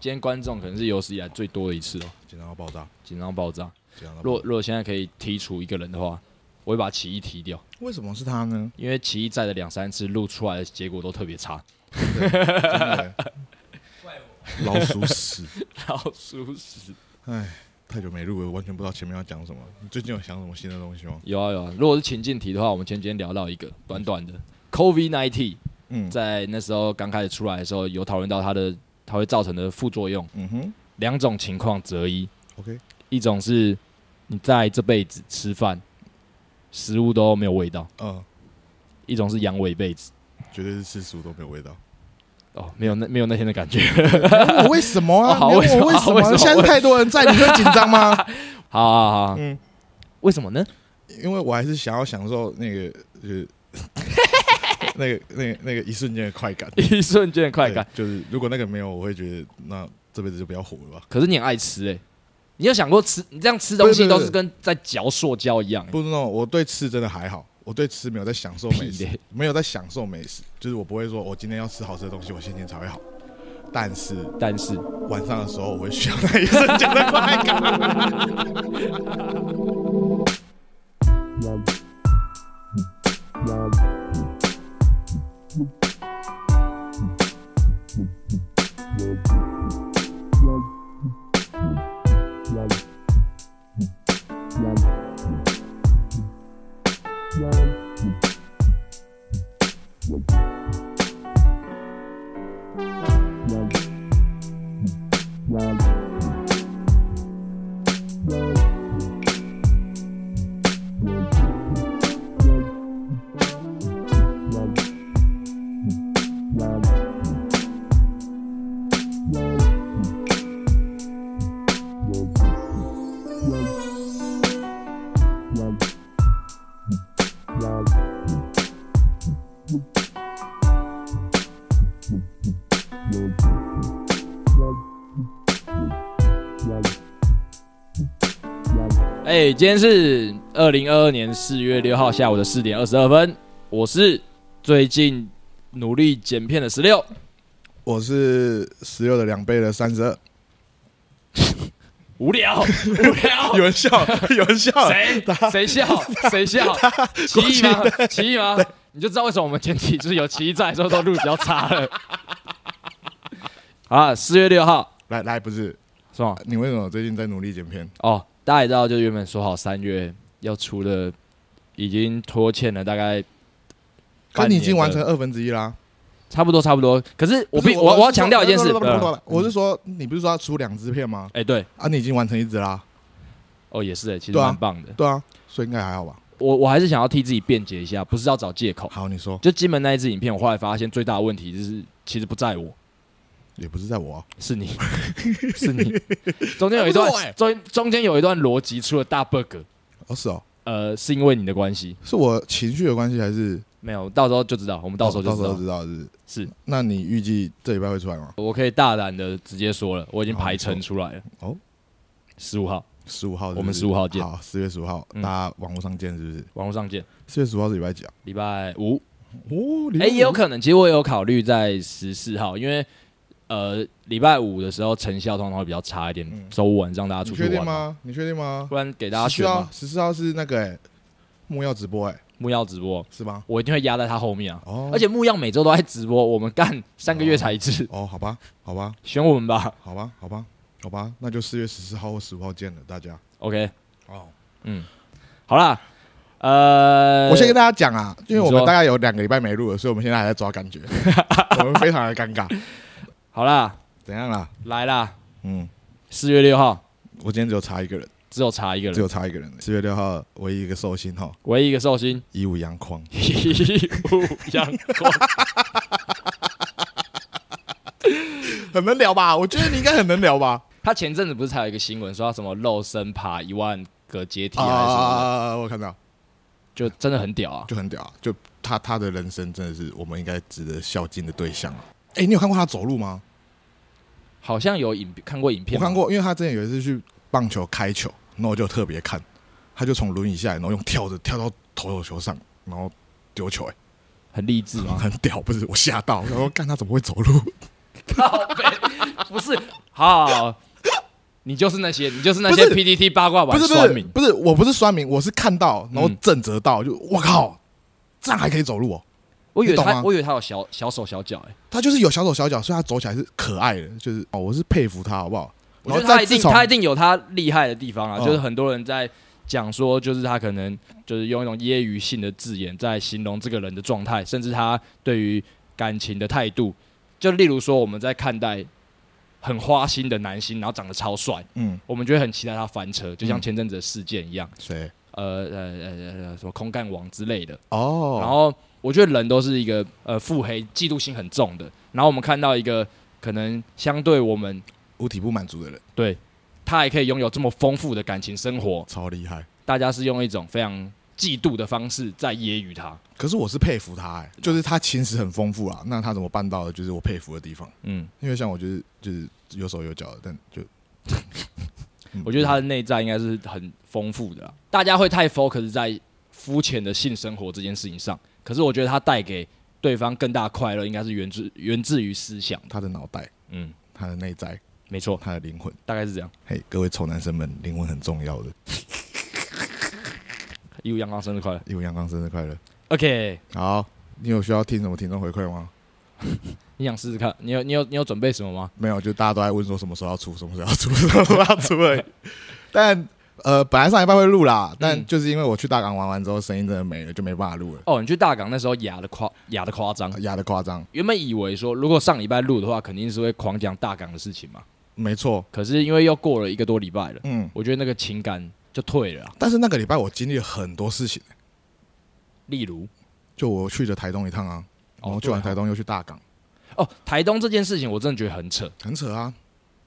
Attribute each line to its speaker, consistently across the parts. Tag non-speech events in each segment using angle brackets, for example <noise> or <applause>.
Speaker 1: 今天观众可能是有史以来最多的一次哦，
Speaker 2: 紧张到爆炸，
Speaker 1: 紧张到爆炸。
Speaker 2: 紧张到爆炸。
Speaker 1: 若若现在可以剔除一个人的话，我会把奇艺踢掉，
Speaker 2: 为什么是他 <laughs> 呢？
Speaker 1: 因为奇艺在的两三次录出来的结果都特别差。
Speaker 2: 真的老鼠 <laughs> 屎！
Speaker 1: 老鼠屎！
Speaker 2: 哎，太久没录了，完全不知道前面要讲什么。你最近有想什么新的东西吗？
Speaker 1: 有啊有啊，如果是情境题的话，我们前几天聊到一个短短的 COVID nineteen，
Speaker 2: 嗯
Speaker 1: 在那时候刚开始出来的时候，有讨论到它的它会造成的副作用，
Speaker 2: 嗯哼
Speaker 1: 两种情况择一，
Speaker 2: ，OK，
Speaker 1: 一种是你在这辈子吃饭食物都没有味道，
Speaker 2: 嗯，
Speaker 1: 一种是阳痿一辈子。
Speaker 2: 呃绝对是吃熟都没有味 <laughs> 道。
Speaker 1: 哦，没有那没有那天的感觉。
Speaker 2: 我为什么啊
Speaker 1: <laughs> 哦好
Speaker 2: 你问我
Speaker 1: 为什么好为什么
Speaker 2: 现在太多人在，你会紧张吗？
Speaker 1: <laughs> 好好好好，
Speaker 2: 嗯，
Speaker 1: 为什么呢？
Speaker 2: 因为我还是想要享受那个，就是那个、那个、那个一瞬间的快感。
Speaker 1: <laughs> 一瞬间的快感。
Speaker 2: 对就是如果那个没有，我会觉得那这辈子就不要活了吧。
Speaker 1: 可是你很爱吃哎、你有想过吃？你这样吃东
Speaker 2: 不是
Speaker 1: 西
Speaker 2: 不是
Speaker 1: 都是跟在嚼塑胶一样、欸。
Speaker 2: 不是那种，我对吃真的还好，我对吃没有在享受美
Speaker 1: 屁
Speaker 2: 食
Speaker 1: 咧，
Speaker 2: 没有在享受美食，就是我不会说我今天要吃好吃的东西，我心情才会好。但是
Speaker 1: 但是
Speaker 2: 晚上的时候，我会需要那一瞬间的快感。
Speaker 1: 哎、今天是二零二二年四月六号下午的四点二十二分，我是最近努力剪片的十六。
Speaker 2: 我是十六的两倍的三十二，
Speaker 1: 无 <laughs> 聊，无聊。
Speaker 2: 有人笑，有人笑，
Speaker 1: 谁谁笑谁笑？奇异吗？奇异吗？你就知道为什么我们前期就是有奇异在的时候都录比较差了。 <laughs> 好啊，四月六号
Speaker 2: 来来，不是
Speaker 1: 是吗？
Speaker 2: 你为什么最近在努力剪片？
Speaker 1: 哦，大家也知道，就原本说好三月要出的，已经拖欠了大概
Speaker 2: 可
Speaker 1: 半年的。
Speaker 2: 你已经完成二分之一啦。
Speaker 1: 差不多差不多，可是我
Speaker 2: 不
Speaker 1: 必
Speaker 2: 是
Speaker 1: 我我要强调一件事，
Speaker 2: 不不不不不
Speaker 1: 嗯
Speaker 2: 不我是说，你不是说要出两支片吗？
Speaker 1: 哎对，
Speaker 2: 啊，你已经完成一支啦。
Speaker 1: 哦也是哎，其实
Speaker 2: 对啊
Speaker 1: 蛮棒的。
Speaker 2: 对啊，所以应该还好吧？
Speaker 1: 我我还是想要替自己辩解一下，不是要找借口。
Speaker 2: 好，你说
Speaker 1: 就金门那一支影片，我后来发现最大的问题就是其实不在我，
Speaker 2: 也不是在我啊、
Speaker 1: 是你，是你。中间有一段
Speaker 2: 还不错欸
Speaker 1: 中中间有一段逻辑出了大 bug，
Speaker 2: 哦是哦，
Speaker 1: 呃，是因为你的关系。
Speaker 2: 是我情绪的关系还是？
Speaker 1: 没有，到时候就知道，我们到时候
Speaker 2: 哦到
Speaker 1: 就
Speaker 2: 时
Speaker 1: 知
Speaker 2: 候
Speaker 1: 道
Speaker 2: 知。道是。
Speaker 1: 是，
Speaker 2: 那你预计这礼拜会出来吗？
Speaker 1: 我可以大胆的直接说了，我已经排程出来了。
Speaker 2: 哦，
Speaker 1: 十五号
Speaker 2: 十五号是不是，
Speaker 1: 我们15号见
Speaker 2: 好，四月十五号，
Speaker 1: 嗯
Speaker 2: 大家网络上见，是不是？
Speaker 1: 网络上见，
Speaker 2: 四月十五号是礼拜几啊？
Speaker 1: 礼拜五。
Speaker 2: 哦，
Speaker 1: 哎、也有可能，其实我有考虑在十四号，因为呃礼拜五的时候成效通常会比较差一点，
Speaker 2: 嗯
Speaker 1: 周五晚让大家出
Speaker 2: 你
Speaker 1: 去
Speaker 2: 确定
Speaker 1: 玩嘛，
Speaker 2: 吗？你确定吗？
Speaker 1: 不然给大家
Speaker 2: 十
Speaker 1: 选
Speaker 2: 四号
Speaker 1: 嘛。
Speaker 2: 十四号是那个哎木曜直播哎，
Speaker 1: 木曜直播，
Speaker 2: 是吗？
Speaker 1: 我一定会压在他后面啊。
Speaker 2: 哦，
Speaker 1: 而且木曜每周都在直播，我们干三个月才一次，
Speaker 2: 哦，好吧，好吧，
Speaker 1: 选我们吧。
Speaker 2: 好吧，好吧，好吧，那就四月十四号或十五号见了，大家。
Speaker 1: OK，
Speaker 2: 哦，
Speaker 1: 好啦，呃，
Speaker 2: 我先跟大家讲啊，因为我
Speaker 1: 你
Speaker 2: 们
Speaker 1: 说
Speaker 2: 大概有两个礼拜没录了，所以我们现在还在抓
Speaker 1: <laughs>
Speaker 2: 感觉，我们非常的尴尬。
Speaker 1: 好啦，
Speaker 2: 怎样啦？
Speaker 1: 来啦，
Speaker 2: 嗯，
Speaker 1: 四月六号
Speaker 2: 我今天只有差一个人，
Speaker 1: 只有查一个
Speaker 2: 只
Speaker 1: 人，
Speaker 2: 有差一个人。四月六号唯一一个寿星哈，
Speaker 1: 唯一一个寿星，
Speaker 2: 一五阳光，
Speaker 1: <laughs> 一五阳光，
Speaker 2: 很能聊吧？我觉得你应该很能聊 <laughs> 吧？
Speaker 1: 他前阵子不是才有一个新闻说他什么肉身爬一万个阶梯还是什么的，
Speaker 2: 啊，我看到
Speaker 1: 就真的很屌啊。
Speaker 2: 就很屌啊，就他他的人生真的是我们应该值得孝敬的对象啊。哎，你有看过他走路吗？
Speaker 1: 好像有影看过影片，
Speaker 2: 我看，过，因为他之前有一次去棒球开球，然后我就特别看，他就从轮椅下来，然后用跳着跳到投手球上，然后丢球、欸，
Speaker 1: 很励志
Speaker 2: 哎，
Speaker 1: 吗？
Speaker 2: <laughs> 很屌，不是我吓到，然后看他怎么会走路？
Speaker 1: 靠背，不是，好好好你就是那些，你就是那些
Speaker 2: 不是
Speaker 1: PPT 八卦
Speaker 2: 不
Speaker 1: 版
Speaker 2: 是不
Speaker 1: 酸
Speaker 2: 是
Speaker 1: 民，
Speaker 2: 不是，我不是酸民，我是看到然后
Speaker 1: 嗯
Speaker 2: 震折到，就我靠，这样还可以走路哦。
Speaker 1: 我以为
Speaker 2: 你懂
Speaker 1: 他
Speaker 2: 吗，
Speaker 1: 我以为他有小小手小脚，哎，
Speaker 2: 他就是有小手小脚，所以他走起来是可爱的，就是哦，我是佩服他，好不好？
Speaker 1: 我
Speaker 2: 然
Speaker 1: 觉得
Speaker 2: 后
Speaker 1: 他
Speaker 2: 再
Speaker 1: 一
Speaker 2: 自
Speaker 1: 定
Speaker 2: 从
Speaker 1: 他一定有他厉害的地方啊，
Speaker 2: 哦
Speaker 1: 就是很多人在讲说，就是他可能就是用一种揶揄性的字眼在形容这个人的状态，甚至他对于感情的态度，就例如说我们在看待很花心的男星，然后长得超帅，
Speaker 2: 嗯，
Speaker 1: 我们就会很期待他翻车，就像
Speaker 2: 嗯
Speaker 1: 前阵子的事件一样，
Speaker 2: 谁？
Speaker 1: 呃呃呃呃，什么空干王之类的。
Speaker 2: 哦，
Speaker 1: 然后我觉得人都是一个呃腹黑、嫉妒心很重的。然后我们看到一个可能相对我们
Speaker 2: 五体不满足的人
Speaker 1: 对他还可以拥有这么丰富的感情生活，
Speaker 2: 超厉害，
Speaker 1: 大家是用一种非常嫉妒的方式在揶揄他。
Speaker 2: 可是我是佩服他、欸，就是他情史很丰富啊。那他怎么办到的？就是我佩服的地方，
Speaker 1: 嗯，
Speaker 2: 因为像我就是就是有手有脚的，但就嗯
Speaker 1: <laughs> 我觉得他的内在应该是很丰富的啊、大家会太 focus 在肤浅的性生活这件事情上，可是我觉得他带给对方更大的快乐，应该是源自源自于思想的。
Speaker 2: 他的脑袋、
Speaker 1: 嗯，
Speaker 2: 他的内在、
Speaker 1: 没错，
Speaker 2: 他的灵魂。
Speaker 1: 大概是这样。
Speaker 2: 嘿，各位臭男生们，灵魂很重要的。
Speaker 1: 一五阳光生日快乐。
Speaker 2: 一五阳光生日快乐！
Speaker 1: OK，
Speaker 2: 好，你有需要听什么听众回馈吗？
Speaker 1: 你想试试看？你有你有你有准备什么吗？
Speaker 2: 没有，就大家都在问说什么时候要出，什么时候要出，什么时候要出 <laughs> 而已。但呃，本来上一半会录啦，但
Speaker 1: 嗯
Speaker 2: 就是因为我去大港玩完之后，声音真的没了，就没办法录了，
Speaker 1: 哦，你去大港那时候哑的夸哑的夸张。
Speaker 2: 压的夸张。
Speaker 1: 原本以为说，如果上礼拜录的话，肯定是会狂讲大港的事情嘛。
Speaker 2: 没错，
Speaker 1: 可是因为又过了一个多礼拜了，
Speaker 2: 嗯。
Speaker 1: 我觉得那个情感就退了啊、
Speaker 2: 但是那个礼拜我经历了很多事情，
Speaker 1: 例如，
Speaker 2: 就我去了台东一趟啊，然后
Speaker 1: 哦，
Speaker 2: 去完
Speaker 1: 对
Speaker 2: 台东又去大港，
Speaker 1: 哦，台东这件事情我真的觉得很扯。
Speaker 2: 很扯啊。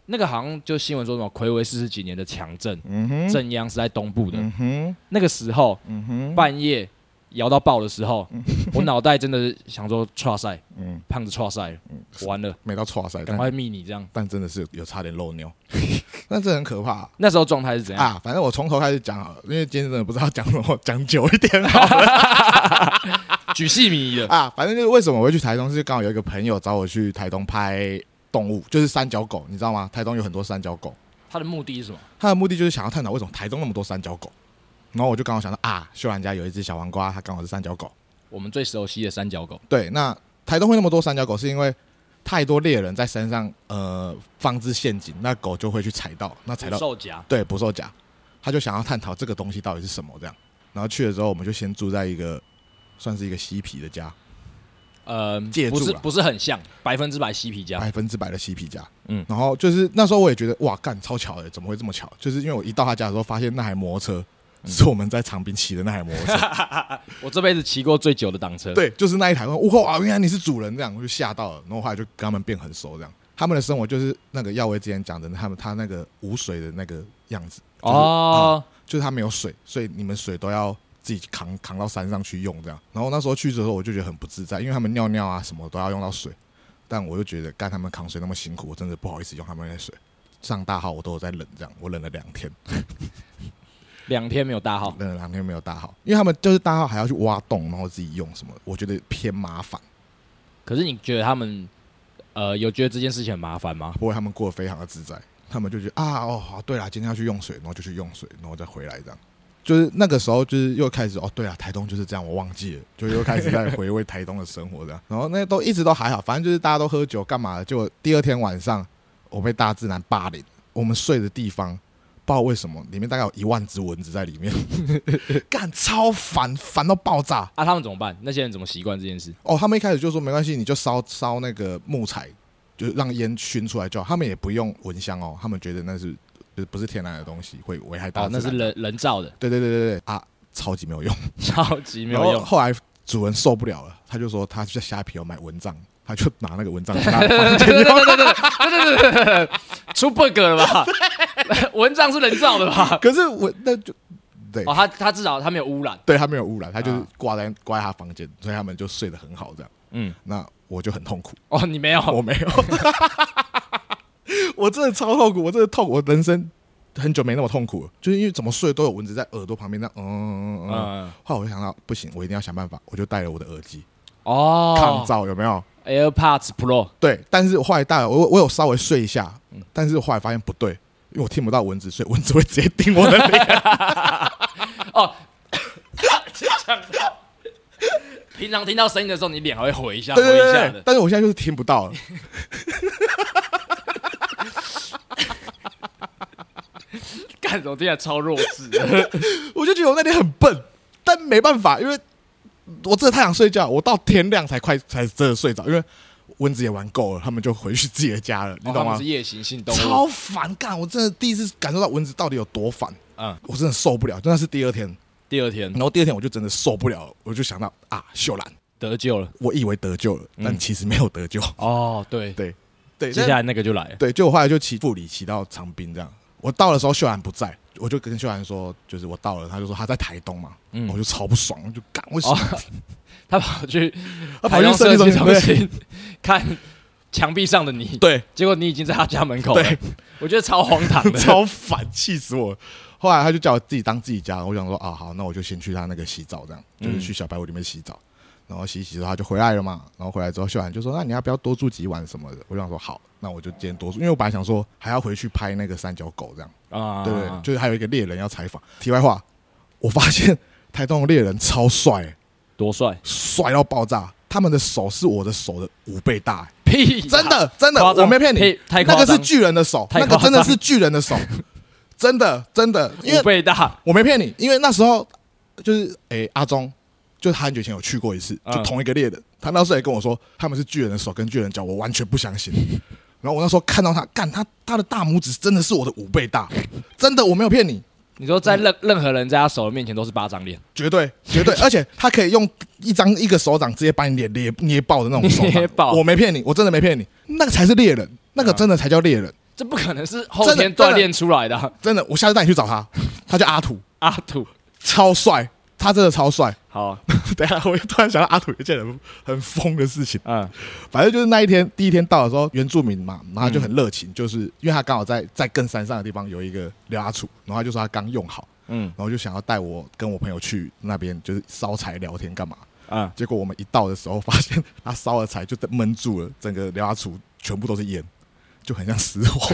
Speaker 1: 那个好像就新闻说什么暌违四十几年的强震，
Speaker 2: 嗯哼，
Speaker 1: 正央是在东部的。
Speaker 2: 嗯哼，
Speaker 1: 那个时候
Speaker 2: 嗯哼，
Speaker 1: 半夜摇到爆的时
Speaker 2: <laughs>
Speaker 1: 候，我脑袋真的想说，哇塞，
Speaker 2: 嗯，
Speaker 1: 胖子哇塞了，完了，
Speaker 2: 没到错赛，
Speaker 1: 赶
Speaker 2: 但
Speaker 1: 快密你这样。
Speaker 2: 但真的是有差点漏 <laughs> 尿，但这很可怕、啊
Speaker 1: 那时候状态是怎样？
Speaker 2: 啊，反正我从头开始讲好了，因为今天真的不知道讲什么，讲久一点好了
Speaker 1: 举细迷的，
Speaker 2: <laughs> 啊。反正就是为什么我会去台东，是刚好有一个朋友找我去台东拍动物，就是三角狗，你知道吗？台东有很多三角狗，
Speaker 1: 他的目的是什么？
Speaker 2: 他的目的就是想要探讨为什么台东那么多三角狗。然后我就刚好想到啊，秀兰家有一只小黄瓜，它刚好是三角狗。
Speaker 1: 我们最熟悉的三角狗，
Speaker 2: 对，那台东会那么多三角狗，是因为太多猎人在山上呃放置陷阱，那狗就会去踩到，那踩到
Speaker 1: 兽夹。
Speaker 2: 对，捕兽夹，他就想要探讨这个东西到底是什么这样。然后去了之后，我们就先住在一个算是一个嬉皮的家，
Speaker 1: 呃，
Speaker 2: 借
Speaker 1: 不
Speaker 2: 助
Speaker 1: 是
Speaker 2: 啦
Speaker 1: 不是很像，百分之百嬉皮家。
Speaker 2: 百分之百的嬉皮家。
Speaker 1: 嗯
Speaker 2: 嗯，然后就是那时候我也觉得哇，干超巧的，怎么会这么巧？就是因为我一到他家的时候，发现那台摩托车是我们在长滨骑的那台摩托车，
Speaker 1: 我这辈子骑过最久的挡车。，
Speaker 2: 对，就是那一台。哇，原来你是主人这样，我就吓到了。然后后来就跟他们变很熟这样。他们的生活就是那个耀威之前讲的，他们他那个无水的那个样子，就是
Speaker 1: 哦，
Speaker 2: 就是嗯它没有水，所以你们水都要自己扛扛到山上去用这样。然后那时候去的时候，我就觉得很不自在，因为他们尿尿啊什么都要用到水，但我就觉得干他们扛水那么辛苦，我真的不好意思用他们的水。上大号我都有在忍，这样我忍了两天，
Speaker 1: 两天没有大号。
Speaker 2: 忍了两天没有大号，因为他们就是大号还要去挖洞，然后自己用什么，我觉得偏麻烦。
Speaker 1: 可是你觉得他们呃有觉得这件事情很麻烦吗？
Speaker 2: 不过他们过得非常的自在，他们就觉得啊哦好对啦，今天要去用水，然后就去用水，然后再回来这样。就是那个时候，就是又开始哦，对啊，台东就是这样，我忘记了，就又开始在回味台东的生活这样。然后那都一直都还好，反正就是大家都喝酒干嘛的。结果第二天晚上，我被大自然霸凌，我们睡的地方不知道为什么里面大概有一万只蚊子在里面，干超烦，烦到爆炸。
Speaker 1: 啊，他们怎么办？那些人怎么习惯这件事？
Speaker 2: 哦，他们一开始就说没关系，你就烧烧那个木材，就让烟熏出来就好。他们也不用蚊香哦，他们觉得那是就是不是天然的东西，会危害大
Speaker 1: 哦，
Speaker 2: 自
Speaker 1: 那
Speaker 2: 然。
Speaker 1: 是人人造的， <laughs>
Speaker 2: 对对对对对啊，超级没有用，
Speaker 1: 超级没
Speaker 2: 然
Speaker 1: 有
Speaker 2: 后
Speaker 1: 用。
Speaker 2: 后来主人受不了了，他就说他去虾皮有买蚊帐，他就拿那个蚊帐去他的房间用。
Speaker 1: 出 bug 了吧？ <laughs> 蚊帐是人造的吧？
Speaker 2: 可是我那就对
Speaker 1: 哦，他他至少他没有污染。
Speaker 2: 对他没有污染，他就是
Speaker 1: 啊
Speaker 2: 挂在挂在他房间，所以他们就睡得很好这样。
Speaker 1: 嗯，
Speaker 2: 那我就很痛苦。
Speaker 1: 哦，你没有。
Speaker 2: 我没有， <laughs> 我真的超痛苦，我真的痛苦，我人生很久没那么痛苦了，就是因为怎么睡都有蚊子在耳朵旁边，那嗯嗯嗯嗯。
Speaker 1: 嗯，
Speaker 2: 后来我就想到，不行，我一定要想办法，我就戴了我的耳机，
Speaker 1: 哦，
Speaker 2: 抗噪有没有？
Speaker 1: AirPods Pro，
Speaker 2: 对，但是后来大我我有稍微睡一下，
Speaker 1: 嗯
Speaker 2: 但是后来发现不对，因为我听不到蚊子，所以蚊子会直接叮我的
Speaker 1: <laughs>
Speaker 2: 脸。
Speaker 1: 哦，想到平常听到声音的时候，你脸还会回一下，
Speaker 2: 对对
Speaker 1: 回一
Speaker 2: 对
Speaker 1: 下
Speaker 2: 对
Speaker 1: 的，。
Speaker 2: 但是我现在就是听不到了。
Speaker 1: 干什么？听起来超弱智的。
Speaker 2: 我就觉得我那天很笨，但没办法，因为我真的太想睡觉，我到天亮才快才真的睡着，因为蚊子也玩够了，他们就回去自己的家了，你
Speaker 1: 哦他
Speaker 2: 懂吗？
Speaker 1: 们是夜行性动物。
Speaker 2: 超烦，干！我真的第一次感受到蚊子到底有多烦，
Speaker 1: 嗯，
Speaker 2: 我真的受不了。真的是第二天，
Speaker 1: 第二天
Speaker 2: 然后第二天我就真的受不了，我就想到啊，秀兰，
Speaker 1: 得救了。
Speaker 2: 我以为得救了，但其实没有得救。
Speaker 1: 哦，嗯 <laughs> 对，
Speaker 2: 对对，
Speaker 1: 接
Speaker 2: 但
Speaker 1: 下来那个就来了。
Speaker 2: 对，就我后来就骑副理骑到长滨这样。我到的时候，秀兰不在，我就跟秀兰说，就是我到了，他就说他在台东嘛，
Speaker 1: 嗯
Speaker 2: 我就超不爽，我就干为什
Speaker 1: 哦
Speaker 2: 么？，
Speaker 1: 他跑去
Speaker 2: 他
Speaker 1: 台
Speaker 2: 跑去
Speaker 1: 中
Speaker 2: 设
Speaker 1: 设
Speaker 2: 计
Speaker 1: 计
Speaker 2: 中
Speaker 1: 中
Speaker 2: <laughs> 心，
Speaker 1: 心 <laughs> 看墙壁上的你，
Speaker 2: 对，
Speaker 1: 结果你已经在他家门口了
Speaker 2: 对。
Speaker 1: 我觉得超荒唐的。
Speaker 2: 超烦，气死我了。后来他就叫我自己当自己家，我想说啊，好，那我就先去他那个洗澡，这样
Speaker 1: 嗯
Speaker 2: 就是去小白屋里面洗澡，然后洗一洗之后他就回来了嘛，然后回来之后秀兰就说，那啊你要不要多住几晚什么的？我就想说好，那我就今天多住，因为我本来想说还要回去拍那个三角狗这样，
Speaker 1: 啊，
Speaker 2: 对不对？就是还有一个猎人要采访。 <laughs> 题外话，我发现台东的猎人超帅、欸
Speaker 1: 多帅，
Speaker 2: 帅到爆炸，他们的手是我的手的五倍大、欸
Speaker 1: 屁，
Speaker 2: 真，的真的，
Speaker 1: 夸张
Speaker 2: 我没骗你
Speaker 1: 呸，太夸
Speaker 2: 那个
Speaker 1: 张
Speaker 2: 是巨人的手，
Speaker 1: 太
Speaker 2: 那
Speaker 1: 夸张
Speaker 2: 个真的是巨人的手， <laughs> 真的真的，因
Speaker 1: 五
Speaker 2: 为
Speaker 1: 倍大，
Speaker 2: 我没骗你，因为那时候就是诶、阿忠，就是他很久以前有去过一次，
Speaker 1: 嗯
Speaker 2: 就同一个猎人，他那时候也跟我说他们是巨人的手跟巨人脚，我完全不相信。 <laughs> 然后我那时候看到他，干他他的大拇指真的是我的五倍大，真的我没有骗你，
Speaker 1: 你说
Speaker 2: 嗯
Speaker 1: 在任任何人在他手的面前都是巴掌脸，
Speaker 2: 绝对
Speaker 1: <laughs>
Speaker 2: 绝对，而且他可以用一张一个手掌直接把你脸捏捏爆的那种手掌，
Speaker 1: 捏爆嗯
Speaker 2: 我没骗你，我真的没骗你，那个才是猎人，那个真的才叫猎人。
Speaker 1: 这不可能是后
Speaker 2: 真的
Speaker 1: 天锻炼出来的啊。
Speaker 2: 真的，我下次带你去找他， <laughs> 他叫阿土，
Speaker 1: 阿土，
Speaker 2: 超帅，他真的超帅。
Speaker 1: 好啊，
Speaker 2: <laughs> 等一下，我又突然想到阿土有一件很很疯的事情，
Speaker 1: 嗯，
Speaker 2: 反正就是那一天第一天到的时候，原住民嘛，然后他就很热情，就是因为他刚好在在更山上的地方有一个疗阿土，然后他就说他刚用好，
Speaker 1: 嗯
Speaker 2: 然后就想要带我跟我朋友去那边就是烧柴聊天干嘛，
Speaker 1: 嗯，
Speaker 2: 结果我们一到的时候，发现他烧了柴就闷住了，整个疗阿土全部都是烟，就很像死 <laughs> 火。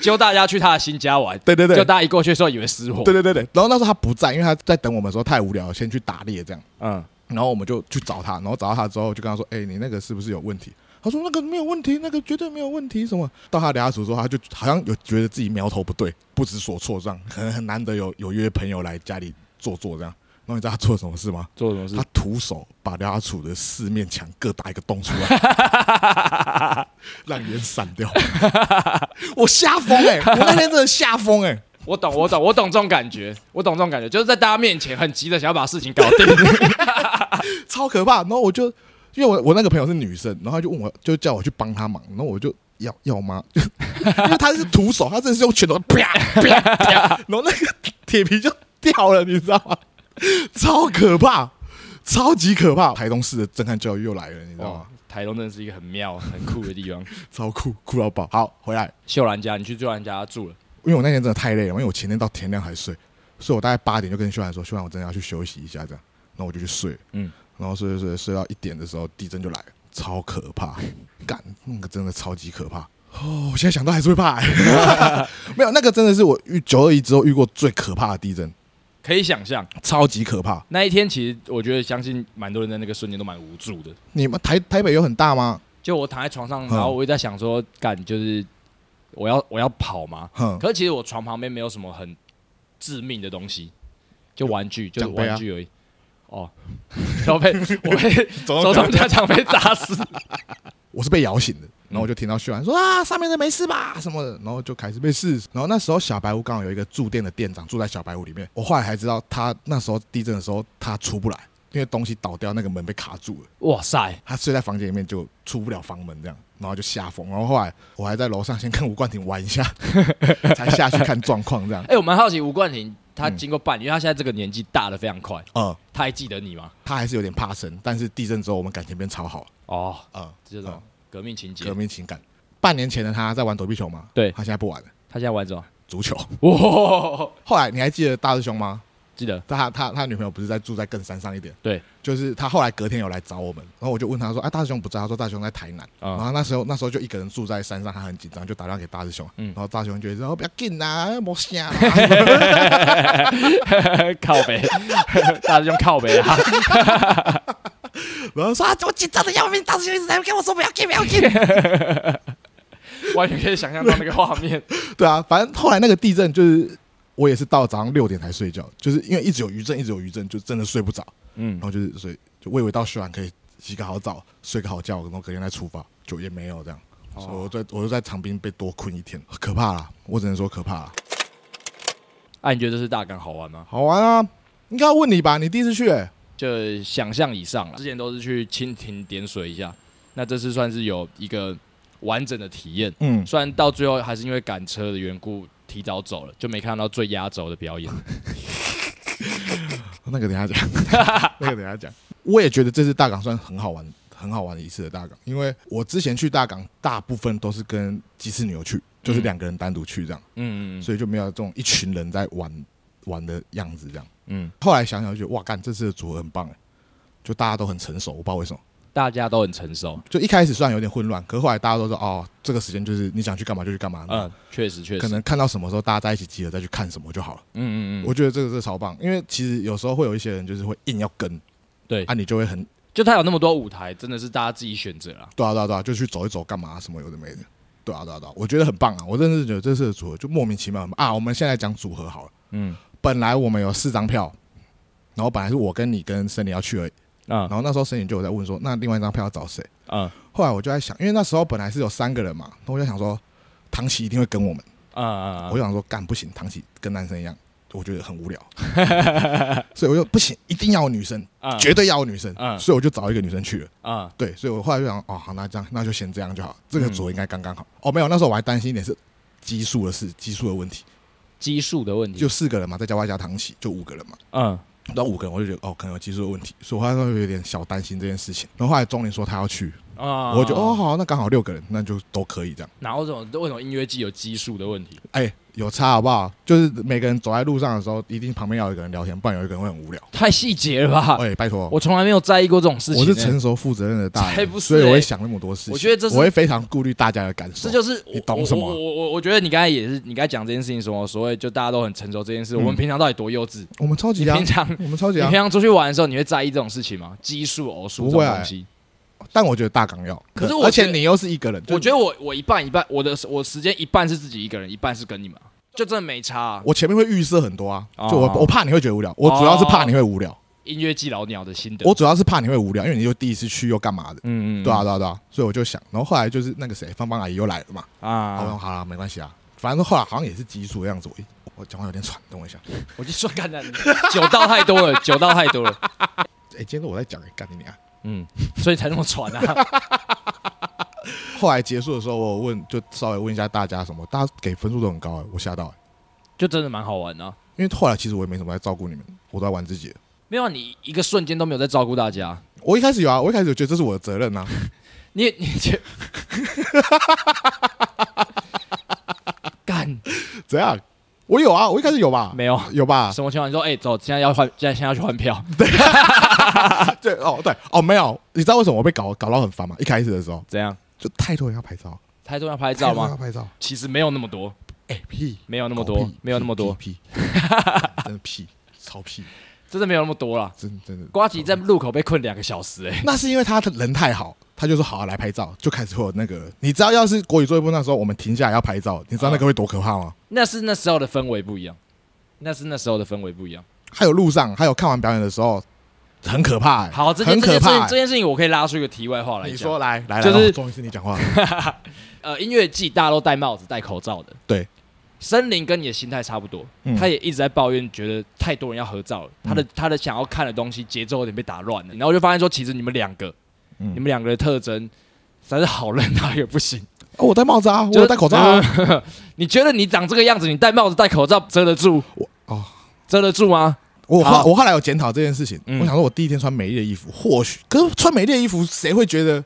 Speaker 1: 揪大家去他的新家玩，
Speaker 2: 对对对，
Speaker 1: 就大家一过去的时候以为失火，
Speaker 2: 对对对对，然后那时候他不在，因为他在等我们的时候太无聊了，先去打猎这样。
Speaker 1: 嗯，
Speaker 2: 然后我们就去找他，然后找到他之后就跟他说：“哎、你那个是不是有问题？”他说：“那个没有问题，那个绝对没有问题。”什么？到他聊他组之后，他就好像有觉得自己苗头不对，不知所措，这样 <laughs> 很很难得有有约朋友来家里坐坐这样。然后你知道他做了什么事吗？
Speaker 1: 做了什么事
Speaker 2: 他？徒手把廖阿楚的四面墙各打一个洞出来，让烟散掉。 <laughs> 我吓疯哎！我那天真的吓疯哎、
Speaker 1: 我懂，我懂，我懂这种感觉，我懂这种感觉，就是在大家面前很急的想要把事情搞
Speaker 2: <laughs>
Speaker 1: 定。
Speaker 2: 超可怕。然后我就因为我我那个朋友是女生，然后她就问我，就叫我去帮她忙，然后我就要要吗？ <laughs> 因为她是徒手，她真的是用拳头啪啪啪，然后那个铁皮就掉了，你知道吗？超可怕，超级可怕！台东市的震撼教育又来了，你知道
Speaker 1: 哦
Speaker 2: 吗？，
Speaker 1: 台东真的是一个很妙、很酷的地方。 <laughs>
Speaker 2: 超酷，酷到爆！好，回来，
Speaker 1: 秀兰家，你去秀兰家住了，
Speaker 2: 因为我那天真的太累了，因为我前天到天亮才睡，所以我大概八点就跟秀兰说，秀兰我真的要去休息一下，这样，然后我就去睡了。
Speaker 1: 嗯，
Speaker 2: 然后睡睡睡睡到一点的时候，地震就来了，超可怕，干那个真的超级可怕。哦，我现在想到还是会怕、欸。没有，那个真的是我遇九二一之后遇过最可怕的地震，
Speaker 1: 可以想象
Speaker 2: 超级可怕。
Speaker 1: 那一天，其实我觉得相信蛮多人在那个瞬间都蛮无助的。
Speaker 2: 你们台台北有很大吗？
Speaker 1: 就我躺在床上，
Speaker 2: 嗯
Speaker 1: 然后我就在想说，干就是我要我要跑吗？
Speaker 2: 哼，
Speaker 1: 可是其实我床旁边没有什么很致命的东西，就玩具，就是
Speaker 2: 奖杯啊
Speaker 1: 玩具而已。哦， <laughs> 然后被我
Speaker 2: <laughs>
Speaker 1: 被
Speaker 2: 总
Speaker 1: 总统家长被砸
Speaker 2: <laughs>
Speaker 1: 死。
Speaker 2: 我是被摇醒的，然后我就听到秀兰说啊，上面的没事吧什么的，然后就开始没事。然后那时候小白屋刚好有一个住店的店长住在小白屋里面，我后来才知道他那时候地震的时候他出不来，因为东西倒掉，那个门被卡住了。
Speaker 1: 哇塞，
Speaker 2: 他睡在房间里面就出不了房门，这样，然后就吓疯。然后后来我还在楼上先跟吴冠廷玩一下，才下去看状况这样
Speaker 1: 哎、。我蛮好奇吴冠廷他经过半年，因为他现在这个年纪大的非常快，
Speaker 2: 呃，
Speaker 1: 他还记得你吗？
Speaker 2: 他还是有点怕生，但是地震之后我们感情变超好，
Speaker 1: 哦，
Speaker 2: 呃，
Speaker 1: 这种革命情节
Speaker 2: 革。命情感。半年前的他在玩躲避球嘛，
Speaker 1: 对
Speaker 2: 他现在不玩了，
Speaker 1: 他现在玩什么？
Speaker 2: 足球。
Speaker 1: 哇，
Speaker 2: 后来你还记得大师兄吗？
Speaker 1: 记得 <laughs>
Speaker 2: 他他他女朋友不是在住在更山上一点，
Speaker 1: 对，
Speaker 2: 就是他后来隔天有来找我们，然后我就问他说：“啊，大师兄不在？”他说：“大师兄在台南。”然
Speaker 1: 啊，
Speaker 2: 后那时候那时候就一个人住在山上，他很紧张，就打电话给大师兄，
Speaker 1: 嗯
Speaker 2: 然后大师兄就说：“哦不要紧啦，莫想。
Speaker 1: <laughs> 靠北， <laughs> 大师兄靠北啊，” <laughs>
Speaker 2: 然后说：“啊，我紧张的要命，大师兄一直在跟我说不要紧，不要紧。 <laughs>
Speaker 1: 完全可以想象到那个画面。”
Speaker 2: 对啊，反正后来那个地震就是我也是到早上六点才睡觉，就是因为一直有余震，一直有余震，就真的睡不着。
Speaker 1: <laughs> 嗯
Speaker 2: 然，后就是所以就我以为到学完可以洗个好澡，睡个好觉，然后隔天再出发，就也没有这样。所以我在我就在长滨被多困一天，可怕啦！我只能说可怕啦。
Speaker 1: 啊，你觉得这次大港好玩吗？
Speaker 2: 好玩啊！应该要问你吧，你第一次去、欸，
Speaker 1: 就想象以上了，之前都是去蜻蜓点水一下，那这次算是有一个完整的体验。
Speaker 2: 嗯，
Speaker 1: 虽然到最后还是因为赶车的缘故提早走了，就没看到最压轴的表演。
Speaker 2: 那个等一下讲，那个等一下讲。我也觉得这次大港算很好玩，很好玩的一次的大港，因为我之前去大港大部分都是跟鸡翅牛去，就是两个人单独去这样，
Speaker 1: <laughs> 嗯嗯
Speaker 2: 所以就没有这种一群人在玩玩的样子这样。
Speaker 1: 嗯，
Speaker 2: 后来想想就觉得，哇，干这次的组合很棒哎、就大家都很成熟，我不知道为什么。
Speaker 1: 大家都很成熟。
Speaker 2: 就一开始虽然有点混乱，可后来大家都说哦，这个时间就是你想去干嘛就去干嘛，
Speaker 1: 嗯，确实确实。
Speaker 2: 可能看到什么时候大家在一起集合再去看什么就好了。
Speaker 1: 嗯嗯嗯，
Speaker 2: 我觉得这个是超棒，因为其实有时候会有一些人就是会硬要跟，
Speaker 1: 对
Speaker 2: 啊，你就会很
Speaker 1: 就他有那么多舞台，真的是大家自己选择啦。
Speaker 2: 对啊对啊对啊，就去走一走干嘛什么有的没的，对啊对啊对啊，我觉得很棒啊，我真的是觉得这次的组合就莫名其妙很棒啊。我们现在讲组合好了，
Speaker 1: 嗯
Speaker 2: 本来我们有四张票，然后本来是我跟你跟森林要去而已，
Speaker 1: 啊
Speaker 2: 然后那时候森林就有在问说，那另外一张票要找谁？
Speaker 1: 啊
Speaker 2: 后来我就在想，因为那时候本来是有三个人嘛，那我就想说唐琪一定会跟我们。
Speaker 1: 啊啊！
Speaker 2: 我就想说，干不行，唐琪跟男生一样，我觉得很无聊， <laughs> 所以我就不行，一定要有女生，
Speaker 1: 啊
Speaker 2: 绝对要有女生，
Speaker 1: 嗯
Speaker 2: 所以我就找一个女生去了。
Speaker 1: 啊
Speaker 2: 对，所以我后来就想，哦，好，那这样那就先这样就好，这
Speaker 1: 嗯
Speaker 2: 个组合应该刚刚好。哦，没有，那时候我还担心一点是基数的事，基数的问题，
Speaker 1: 基数的问题。
Speaker 2: 就啊四个人嘛，再加外加唐琪，就五个人嘛。
Speaker 1: 嗯
Speaker 2: 然后五个人，我就觉得哦，可能有技术的问题，所以我还会有点小担心这件事情。然后后来钟林说他要去，
Speaker 1: 啊，
Speaker 2: 我就哦。好，那刚好六个人，那就都可以这样。
Speaker 1: 然后这种为什么音乐季有基数的问题？
Speaker 2: 哎、有差好不好？就是每个人走在路上的时候，一定旁边要有一个人聊天，不然有一个人会很无聊。
Speaker 1: 太细节了吧？
Speaker 2: 哎、拜托，
Speaker 1: 啊我从来没有在意过这种事情、
Speaker 2: 我是
Speaker 1: 欸
Speaker 2: 成熟负责任的大
Speaker 1: 才
Speaker 2: 人，
Speaker 1: 不是
Speaker 2: 所以我
Speaker 1: 欸
Speaker 2: 会想那么多事情。
Speaker 1: 我觉得这是
Speaker 2: 我会非常顾虑大家的感受。
Speaker 1: 这就是
Speaker 2: 你懂什么
Speaker 1: 我我我我觉得你刚才也是，你刚才讲这件事情什么所谓就大家都很成熟这件事，
Speaker 2: 嗯
Speaker 1: 我们平常到底多幼稚？
Speaker 2: 我们超
Speaker 1: 你
Speaker 2: 级啊
Speaker 1: 平，常你
Speaker 2: 我们超级
Speaker 1: 平 <laughs>
Speaker 2: 啊。
Speaker 1: 常出去玩的时候，你会在意这种事情吗？基数、偶数这
Speaker 2: 不
Speaker 1: 种
Speaker 2: 会啊
Speaker 1: 东西？
Speaker 2: 但我觉得大港要，
Speaker 1: 可是
Speaker 2: 对
Speaker 1: 我
Speaker 2: 而
Speaker 1: 觉得
Speaker 2: 且你又是一个人，就
Speaker 1: 我觉得我我一半一半，我的我时间一半是自己一个人，一半是跟你们啊，就真的没差、啊。
Speaker 2: 我前面会预设很多啊，
Speaker 1: 哦
Speaker 2: 就我我怕你会觉得无聊，我主要是怕你会无聊，
Speaker 1: 音乐季老鸟的心得，
Speaker 2: 我主要是怕你会无聊，因为你又第一次去又干嘛的。
Speaker 1: 嗯嗯，
Speaker 2: 对啊，对啊，对啊，所以我就想，然后后来就是那个谁，芳芳阿姨又来了嘛，好
Speaker 1: 啊
Speaker 2: 了，，好了，没关系啊，反正后来好像也是激素的样子，我一我讲话有点喘，等我一下。
Speaker 1: 我就说干的，酒到太多
Speaker 2: <laughs>
Speaker 1: 了，酒到太多了，
Speaker 2: 哎、今天我在讲，哎干你娘！
Speaker 1: 嗯，所以才那么喘啊。 <laughs>
Speaker 2: 后来结束的时候，我有问就稍微问一下大家什么，大家给分数都很高、哎，我吓到、哎，
Speaker 1: 就真的蛮好玩的啊、
Speaker 2: 因为后来其实我也没什么在照顾你们，我都在玩自己的。
Speaker 1: 没有啊你一个瞬间都没有在照顾大家，
Speaker 2: 我一开始有啊，我一开始觉得这是我的责任呐、啊，
Speaker 1: 你你觉 <laughs> 干
Speaker 2: 怎样？我有啊，我一开始有吧？
Speaker 1: 没有？
Speaker 2: 有 <laughs> 吧？
Speaker 1: 什么情况？你说哎、走，现在要换，现在现在要去换
Speaker 2: <laughs>
Speaker 1: 票。
Speaker 2: 对哦，对哦，没有。你知道为什么我被搞搞到很烦吗？一开始的时候哎
Speaker 1: 怎样？
Speaker 2: 就太多人要拍照，
Speaker 1: 台中要拍照
Speaker 2: 太
Speaker 1: 吗？
Speaker 2: 啊多人要拍照，
Speaker 1: 其实没有那么多，
Speaker 2: 哎、屁，
Speaker 1: 没有那
Speaker 2: 那
Speaker 1: 么多，没有那么多，
Speaker 2: 屁， <laughs> 真的屁，超屁，
Speaker 1: 真的没有那么多啦。
Speaker 2: 真真的。
Speaker 1: 瓜吉在路口被困两个小时、欸，哎，
Speaker 2: 那是因为他的人太好，他就说好、啊、来拍照，就开始会有那个。你知道，要是国语作业部那时候我们停下来要拍照，你知道那个会多可怕吗？
Speaker 1: 那是那时候的氛围不一样，那是那时候的氛围不一样。
Speaker 2: 还有路上，还有看完表演的时候，很可怕、欸，
Speaker 1: 好，这件
Speaker 2: 很
Speaker 1: 这件
Speaker 2: 可
Speaker 1: 事
Speaker 2: 怕、
Speaker 1: 情，
Speaker 2: 欸
Speaker 1: 这件事情我可以拉出一个题外话来
Speaker 2: 你
Speaker 1: 讲
Speaker 2: 说。来来，
Speaker 1: 就是
Speaker 2: 来哦终于是你讲话了，
Speaker 1: 呃，音乐季大家都戴帽子、戴口罩的，
Speaker 2: 对。
Speaker 1: 森林跟你的心态差不多，
Speaker 2: 嗯
Speaker 1: 他也一直在抱怨，觉得太多人要合照了，他的他的想要看的东西节奏有点被打乱了。然后我就发现说，其实你们两个，
Speaker 2: 嗯
Speaker 1: 你们两个的特征实在是好认到也不行。
Speaker 2: 哦，我戴帽子啊，我
Speaker 1: 就
Speaker 2: 有戴口罩啊，
Speaker 1: 呃 <laughs> 你觉得你长这个样子，你戴帽子、戴口罩遮得住？
Speaker 2: 我哦
Speaker 1: 遮得住吗？
Speaker 2: 我
Speaker 1: 好
Speaker 2: 后我后来有检讨这件事情，
Speaker 1: 嗯
Speaker 2: 我想说我第一天穿美丽的衣服，或许可是穿美丽的衣服，谁会觉得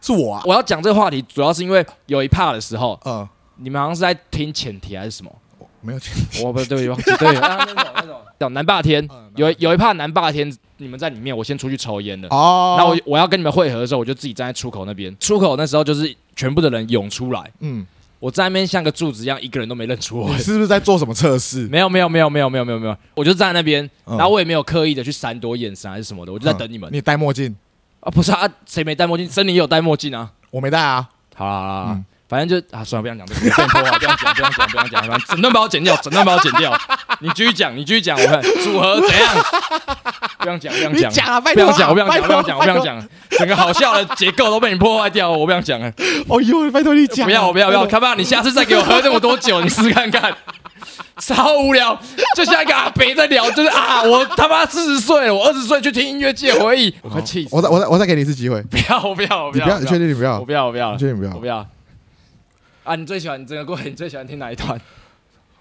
Speaker 2: 是我啊？
Speaker 1: 我要讲这个话题，主要是因为有一 part 的时候，
Speaker 2: 呃，
Speaker 1: 你们好像是在听前提还是什么？
Speaker 2: 没有钱。 <laughs>
Speaker 1: 我不对不起，忘记对啊 <laughs> 那种那种叫南霸天，有一有一趴南霸天，你们在里面，我先出去抽烟了。
Speaker 2: 哦，
Speaker 1: 那我我要跟你们会合的时候，我就自己站在出口那边。出口那时候就是全部的人涌出来，
Speaker 2: 嗯，
Speaker 1: 我站在那边像个柱子一样，一个人都没认出我 <laughs>
Speaker 2: 你。是不是在做什么测试？
Speaker 1: 没有没有没有没有没有没有没有，我就站在那边，
Speaker 2: 嗯
Speaker 1: 然后我也没有刻意的去闪躲眼神还是什么的，我就在等你们
Speaker 2: 你戴墨镜，
Speaker 1: 啊！不是啊，啊谁没戴墨镜？森林也有戴墨镜啊！
Speaker 2: 我没戴啊。
Speaker 1: 好啦好啦好啦
Speaker 2: 嗯，
Speaker 1: 反正就啊，算了，不想讲这个，不想破啊，不想讲，不想讲，不想讲，反正整段把我剪掉，整段把我剪掉。你继续讲，你继续讲，我看组合怎样？不想讲，不想
Speaker 2: 你
Speaker 1: 讲。
Speaker 2: 讲啊，拜
Speaker 1: 不
Speaker 2: 托
Speaker 1: 想讲，我
Speaker 2: 啊，
Speaker 1: 不想
Speaker 2: 拜
Speaker 1: 讲，我不
Speaker 2: 托
Speaker 1: 想讲，我不想。讲，整个好笑的结构都被你破坏掉了，我不想讲了。
Speaker 2: 哦呦，拜托你讲啊，
Speaker 1: 不要，我不要，不要，
Speaker 2: 拜托
Speaker 1: 看吧，你下次再给我喝那么多酒，你试试看看。超无聊，就像一个阿北在聊，就是啊，我他妈四十岁了，我二十岁去听音乐界回忆，我快气死
Speaker 2: 我再
Speaker 1: 了！
Speaker 2: 我再我再给你一次机会，
Speaker 1: 不要，我不要，我不
Speaker 2: 你
Speaker 1: 要，
Speaker 2: 不要，
Speaker 1: 我
Speaker 2: 你确定你不要
Speaker 1: 我？不要，我不要，
Speaker 2: 你确定不
Speaker 1: 我
Speaker 2: 要
Speaker 1: 不？要。啊，你最喜欢你整个过 <laughs> 程，你最喜欢听哪一段？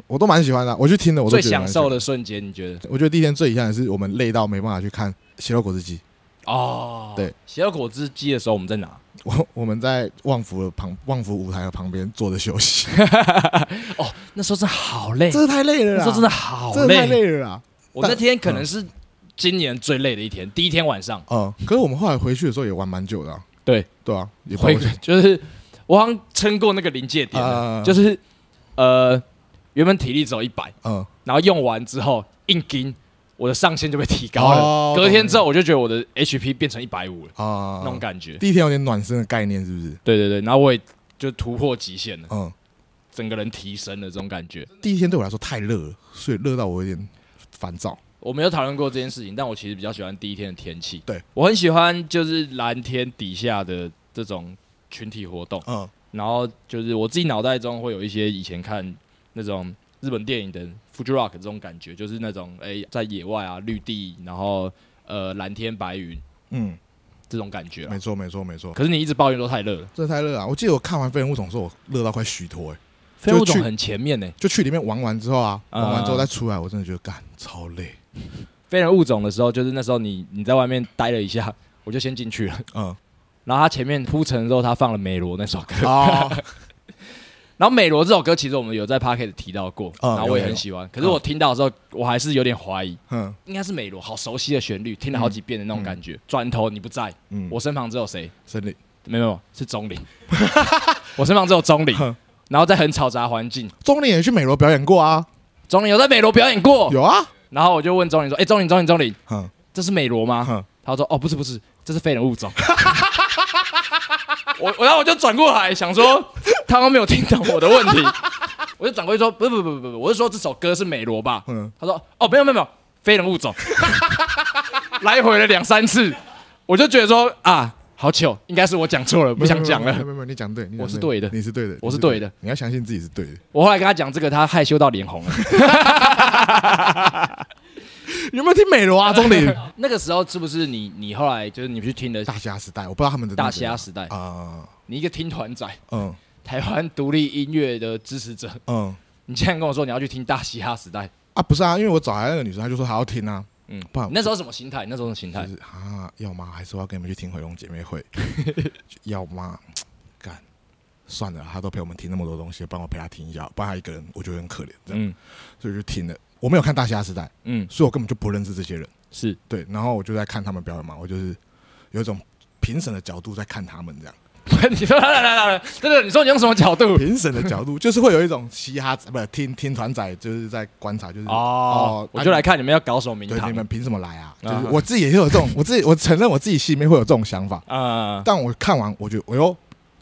Speaker 2: 我都蛮喜欢的，啊我去听的，我都
Speaker 1: 最
Speaker 2: 觉得蛮
Speaker 1: 享
Speaker 2: 喜欢
Speaker 1: 受。的瞬间，你觉得？
Speaker 2: 我觉得第一天最遗憾的是，我们累到没办法去看《血肉果汁机》。 <laughs>
Speaker 1: 哦，
Speaker 2: 对，
Speaker 1: 写到果汁机的时候，我们在
Speaker 2: <laughs>
Speaker 1: 哪？
Speaker 2: 我我们在旺福的旁，旺福舞台的旁边坐着休息，
Speaker 1: 哦，那时候真的好累，
Speaker 2: 这太累了
Speaker 1: 那
Speaker 2: 啦！
Speaker 1: 时候真的好
Speaker 2: 这啊太累了啦。
Speaker 1: 我那天可能是今年最累的一天，第一天晚上
Speaker 2: 嗯，可是我们后来回去的时候也玩蛮久的啊。
Speaker 1: 对
Speaker 2: 对啊，也不知
Speaker 1: 回
Speaker 2: 道为什么
Speaker 1: 就是我好像撑过那个临界点了，
Speaker 2: 啊，
Speaker 1: 就是呃原本体力只有一百，
Speaker 2: 嗯，
Speaker 1: 然后用完之后硬筋，我的上限就被提高了。
Speaker 2: 哦
Speaker 1: 隔天之后我就觉得我的 HP 变成一百五了，
Speaker 2: 啊
Speaker 1: 那种感觉。
Speaker 2: 第一天有点暖身的概念，是不是？
Speaker 1: 对对对，然后我也就突破极限了，
Speaker 2: 嗯，
Speaker 1: 整个人提升了这种感觉。
Speaker 2: 第一天对我来说太热了，所以热到我有点烦躁。
Speaker 1: 我没有讨论过这件事情，但我其实比较喜欢第一天的天气。
Speaker 2: 对
Speaker 1: 我很喜欢就是蓝天底下的这种群体活动。
Speaker 2: 嗯，
Speaker 1: 然后就是我自己脑袋中会有一些以前看那种日本电影的 Fuji Rock 这种感觉，就是那种哎、在野外啊绿地，然后呃蓝天白云
Speaker 2: 嗯，
Speaker 1: 这种感觉啊
Speaker 2: 没。错，没错，没错，
Speaker 1: 可是你一直抱怨都太热了，
Speaker 2: 真的太热啊！我记得我看完《飞人物种》之后，我热到快虚脱、欸，
Speaker 1: 飞舞
Speaker 2: 就去
Speaker 1: 种很前面呢、
Speaker 2: 就去里面玩完之后啊，
Speaker 1: 啊
Speaker 2: 玩完之后再出来，我真的觉得干超累。
Speaker 1: 非人物种的时候，就是那时候你你在外面待了一下， <laughs> 我就先进去了。 <laughs>
Speaker 2: 嗯，
Speaker 1: 然后他前面铺陈的时候，他放了《美罗》那首歌。
Speaker 2: 哦，
Speaker 1: <laughs> 然后《美罗》这首歌其实我们有在 p a c k e t 提到过，
Speaker 2: 嗯
Speaker 1: 然后我也很喜欢。可是我听到的时候，我还是有点怀疑，
Speaker 2: 嗯
Speaker 1: 应该是《美罗》好熟悉的旋律，听了好几遍的那种感觉。转头你不在，
Speaker 2: 嗯，
Speaker 1: 我身旁只有谁？
Speaker 2: 森林
Speaker 1: 没有，没有，是钟林。 <laughs> 我身旁只有钟
Speaker 2: <laughs>
Speaker 1: 林，然后在很嘈杂的环境，
Speaker 2: 钟林也去美罗表演过啊，
Speaker 1: 钟林有在美罗表演过。
Speaker 2: 有啊，
Speaker 1: 然后我就问钟林说：“哎、钟林，钟林，钟林，
Speaker 2: 哼
Speaker 1: 这是美罗
Speaker 2: <laughs>
Speaker 1: 吗
Speaker 2: 哼，？”
Speaker 1: 他说：“哦，不是，不是，这是非人物种。 <laughs> 我”我然后我就转过来想说，他都没有听懂我的问题，我就转过去说：“不是，不是，不是，不是，我是说这首歌是美罗吧？”
Speaker 2: 嗯，
Speaker 1: 他说：“哦，没有没有没有，非人物种。” <laughs> 来回了两三次，我就觉得说啊，好糗，应该是我讲错了，不想讲
Speaker 2: 没
Speaker 1: 了
Speaker 2: 有。没有没有，你讲对，你讲
Speaker 1: 我是对的
Speaker 2: 你是对的，
Speaker 1: 我是对的，
Speaker 2: 你要相信自己是对的，
Speaker 1: 我后来跟他讲这个，他害羞到脸红了。
Speaker 2: 有没有听美罗 <laughs> 啊？钟林
Speaker 1: <laughs> 那个时候是不是你你后来就是你去听了
Speaker 2: 大虾时代，我不知道他们的那
Speaker 1: 大
Speaker 2: 个
Speaker 1: 虾时代，
Speaker 2: 啊，
Speaker 1: 你一个听团仔，
Speaker 2: 嗯
Speaker 1: 台湾独立音乐的支持者，
Speaker 2: 嗯
Speaker 1: 你竟然跟我说你要去听大嘻哈时代，
Speaker 2: 啊，不是啊，因为我找来那个女生，她就说她要听啊，
Speaker 1: 嗯，
Speaker 2: 不然
Speaker 1: 你那时候什么心态？你那时候什么心态
Speaker 2: 就？是啊，要吗？还是我要跟你们去听回龙姐妹
Speaker 1: <laughs>
Speaker 2: 会？要吗？干，算了啦，她都陪我们听那么多东西，帮我陪她听一下，不然她一个人我觉得很可怜，这样，
Speaker 1: 嗯
Speaker 2: 所以我就听了。我没有看《大虾时代》，
Speaker 1: 嗯，
Speaker 2: 所以我根本就不认识这些人。
Speaker 1: 是
Speaker 2: 对，然后我就在看他们表演嘛，我就是有一种评审的角度在看他们这样，
Speaker 1: 你说来来来来，真的，你说你用什么角度？
Speaker 2: 评审的角度就是会有一种嘻哈仔，不是听听团仔，就是在观察，就是
Speaker 1: 哦，我
Speaker 2: 啊
Speaker 1: 就来看你们要搞什么名
Speaker 2: 对
Speaker 1: 堂
Speaker 2: 你们凭什么来啊？就是
Speaker 1: 啊
Speaker 2: 我自己也有这种，我自己我承认我自己心里面会有这种想法，
Speaker 1: 啊！
Speaker 2: 但我看完我觉得，哎呦，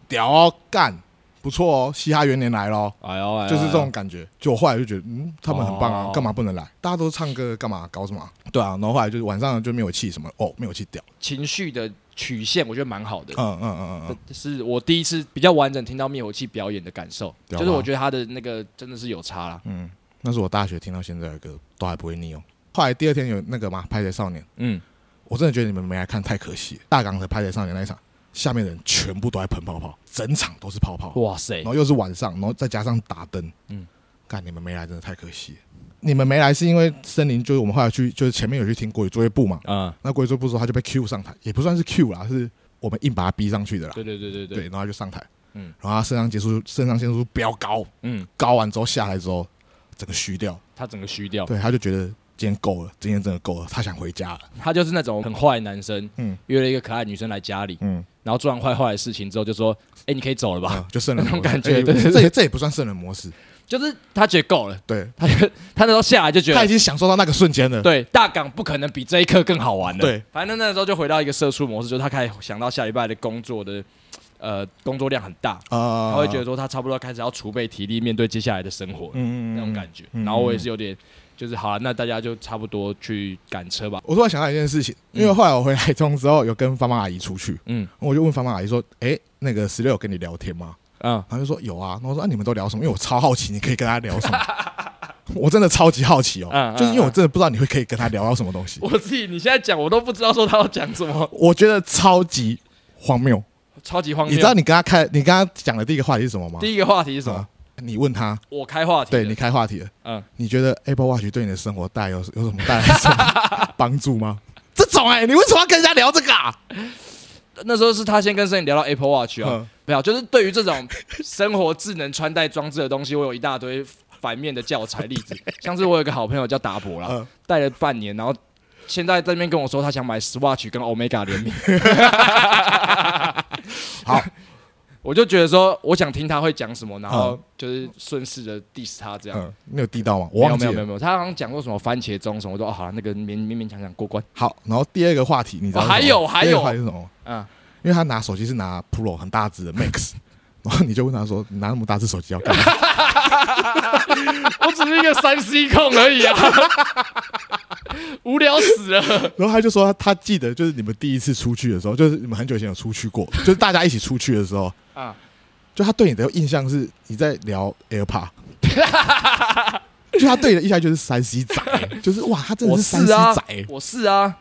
Speaker 2: 屌哦，干，不错哦，嘻哈元年来咯，
Speaker 1: 哎呦，哎呦
Speaker 2: 就是这种，感觉。就我后来就觉得，嗯，他们很棒啊
Speaker 1: 哦，
Speaker 2: 干嘛不能来？大家都唱歌，干嘛搞什么啊？对啊，然后后来就是晚上就灭火器什么，哦，灭火器屌，
Speaker 1: 情绪的曲线，我觉得蛮好的。
Speaker 2: 嗯嗯嗯嗯嗯，
Speaker 1: 这是我第一次比较完整听到灭火器表演的感受，
Speaker 2: 屌
Speaker 1: 就
Speaker 2: 吧
Speaker 1: 是我觉得他的那个真的是有差啦。
Speaker 2: 嗯，那是我大学听到现在的歌，都还不会腻哦。后来第二天有那个嘛，《拍谁少年》，
Speaker 1: 嗯，
Speaker 2: 我真的觉得你们没来看太可惜了。大港的《拍谁少年》那一场，下面的人全部都在喷泡泡，整场都是泡泡。
Speaker 1: 哇塞
Speaker 2: 然，后又是晚上，然后再加上打灯，
Speaker 1: 嗯
Speaker 2: 嗯，干你们没来真的太可惜了。你们没来是因为森林，就是我们后来去，就是前面有去听国语作业部嘛，
Speaker 1: 嗯，
Speaker 2: 那国语作业部说他就被 Q 上台，也不算是 Q 啦，是我们硬把他逼上去的啦，
Speaker 1: 对对对对
Speaker 2: 对，，然后他就上台，
Speaker 1: 嗯
Speaker 2: 嗯，然后他肾上腺素肾上腺素飙高，
Speaker 1: 嗯，
Speaker 2: 高完之后下来之后，整个虚掉，
Speaker 1: 他整个虚掉，
Speaker 2: 对，他就觉得今天够了，今天真的够了，他想回家了，
Speaker 1: 他就是那种很坏的男生，
Speaker 2: 嗯
Speaker 1: 约了一个可爱女生来家里，
Speaker 2: 嗯，
Speaker 1: 然后做完坏坏的事情之后，就说：“哎、你可以走了吧
Speaker 2: 啊，就圣人
Speaker 1: 那种
Speaker 2: 模式
Speaker 1: 感觉
Speaker 2: 哎
Speaker 1: 对对对
Speaker 2: 这也这也不算圣人模式，？”
Speaker 1: 就是他觉得够了，
Speaker 2: 对
Speaker 1: 他就他那时候下来就觉
Speaker 2: 他已
Speaker 1: 得，
Speaker 2: 经享受到那个瞬间了，
Speaker 1: 对大港不可能比这一刻更好玩了。
Speaker 2: 对，
Speaker 1: 反正那时候就回到一个社畜模式，就是他开始想到下礼拜的工作的，呃，工作量很大，他
Speaker 2: 啊，
Speaker 1: 会觉得说他差不多开始要储备体力面对接下来的生活了、
Speaker 2: 嗯，嗯嗯
Speaker 1: 那种感觉。
Speaker 2: 嗯
Speaker 1: 然后我也是有点，就是好、啊，那大家就差不多去赶车吧。
Speaker 2: 我突然想到一件事情，因为后来我回台中之后，有跟芳芳阿姨出去，
Speaker 1: 嗯
Speaker 2: 我就问芳芳阿姨说：“哎、那个十六有跟你聊天吗
Speaker 1: 嗯？”，
Speaker 2: 她就说：“有啊。”然后我说：“啊，你们都聊什么？”因为我超好奇，你可以跟她
Speaker 1: <laughs>
Speaker 2: 聊什么。我真的超级好奇哦，
Speaker 1: 嗯嗯
Speaker 2: 就是因为我真的不知道你会可以跟她聊到什么东西。
Speaker 1: 我自己你现在讲我都不知道说他要讲什么，
Speaker 2: 我觉得超级荒谬。
Speaker 1: 超级荒谬。
Speaker 2: 你知道你跟她开，你跟她讲的第一个话题是什么吗？
Speaker 1: 第一个话题是什么
Speaker 2: 啊？你问她，
Speaker 1: 我开话题的，
Speaker 2: 对你开话题了。
Speaker 1: 嗯，
Speaker 2: 你觉得 Apple Watch 对你的生活带有有什么带来什么帮
Speaker 1: <laughs>
Speaker 2: 助吗？这种哎、你为什么要跟人家聊这个啊？
Speaker 1: 那时候是他先跟森林聊到 Apple Watch 啊，
Speaker 2: 嗯
Speaker 1: 没有，就是对于这种生活智能穿戴装置的东西，我有一大堆反面的教材例
Speaker 2: <laughs>
Speaker 1: 子，像是我有一个好朋友叫达博啦
Speaker 2: 嗯，
Speaker 1: 戴了半年，然后现在在那边跟我说他想买 Swatch 跟 Omega 联名，
Speaker 2: <laughs> 好，
Speaker 1: 我就觉得说我想听他会讲什么，然后
Speaker 2: 嗯
Speaker 1: 就是顺势的 diss 他这样。
Speaker 2: 嗯，你有地道吗？我忘记
Speaker 1: 没有
Speaker 2: 了
Speaker 1: 没有。没有，他好像讲过什么番茄钟什么，我说哦好了，那个勉勉勉强强过关。
Speaker 2: 好，然后第二个话题你知道是什么吗、
Speaker 1: 哦还有还有
Speaker 2: 第二个话题是什么吗？
Speaker 1: 嗯，
Speaker 2: 因为他拿手机是拿 Pro 很大只的 Max，然后你就问他说：“你拿那么大只手机要干嘛
Speaker 1: <laughs> 我只是一个三 C 控而已啊， <laughs> 无聊死了。？”
Speaker 2: 然后他就说他记得就是你们第一次出去的时候，就是你们很久以前有出去过，就是大家一起出去的时候，
Speaker 1: 啊，
Speaker 2: 就他对你的印象是你在聊 AirPod，就他对你的印象就是三 C 仔，就是哇，他真的
Speaker 1: 我
Speaker 2: 是三 C
Speaker 1: 是啊
Speaker 2: 仔。，
Speaker 1: 我是啊。